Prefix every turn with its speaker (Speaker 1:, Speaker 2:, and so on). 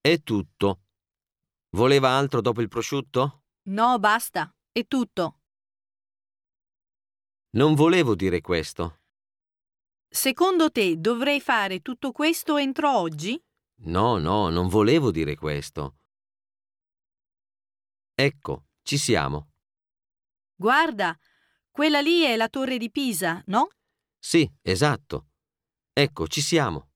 Speaker 1: È tutto. Voleva altro dopo il prosciutto?
Speaker 2: No, basta, è tutto.
Speaker 1: Non volevo dire questo.
Speaker 2: Secondo te dovrei fare tutto questo entro oggi?
Speaker 1: No, no, non volevo dire questo. Ecco, ci siamo.
Speaker 2: Guarda, quella lì è la torre di Pisa, no?
Speaker 1: Sì, esatto. Ecco, ci siamo.